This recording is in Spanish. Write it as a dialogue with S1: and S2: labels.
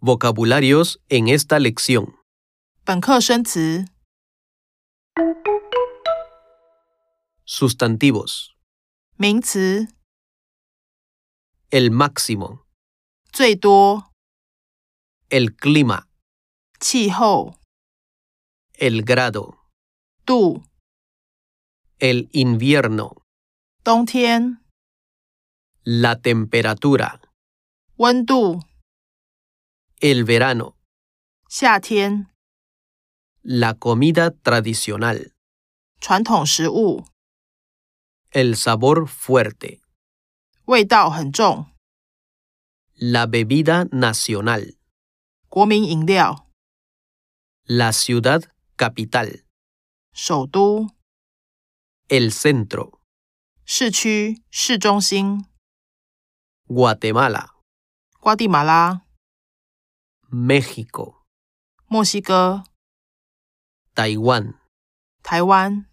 S1: Vocabularios en esta lección.
S2: 本课生词、
S1: Sustantivos.
S2: 名词
S1: El máximo.
S2: 最多、
S1: El clima.
S2: 气候、
S1: El grado.
S2: 度、
S1: El invierno.
S2: 冬天、
S1: La temperatura.
S2: 温度、
S1: El verano.
S2: 夏天、
S1: La comida tradicional.
S2: 传统食物、
S1: El sabor fuerte.
S2: 味道很重、
S1: La bebida nacional.
S2: 国民饮料、
S1: La ciudad capital.
S2: 首都、
S1: El centro.
S2: 市区、市中心、
S1: Guatemala.
S2: 瓜地马拉、
S1: México.
S2: 墨西哥、
S1: Taiwán.
S2: 台湾。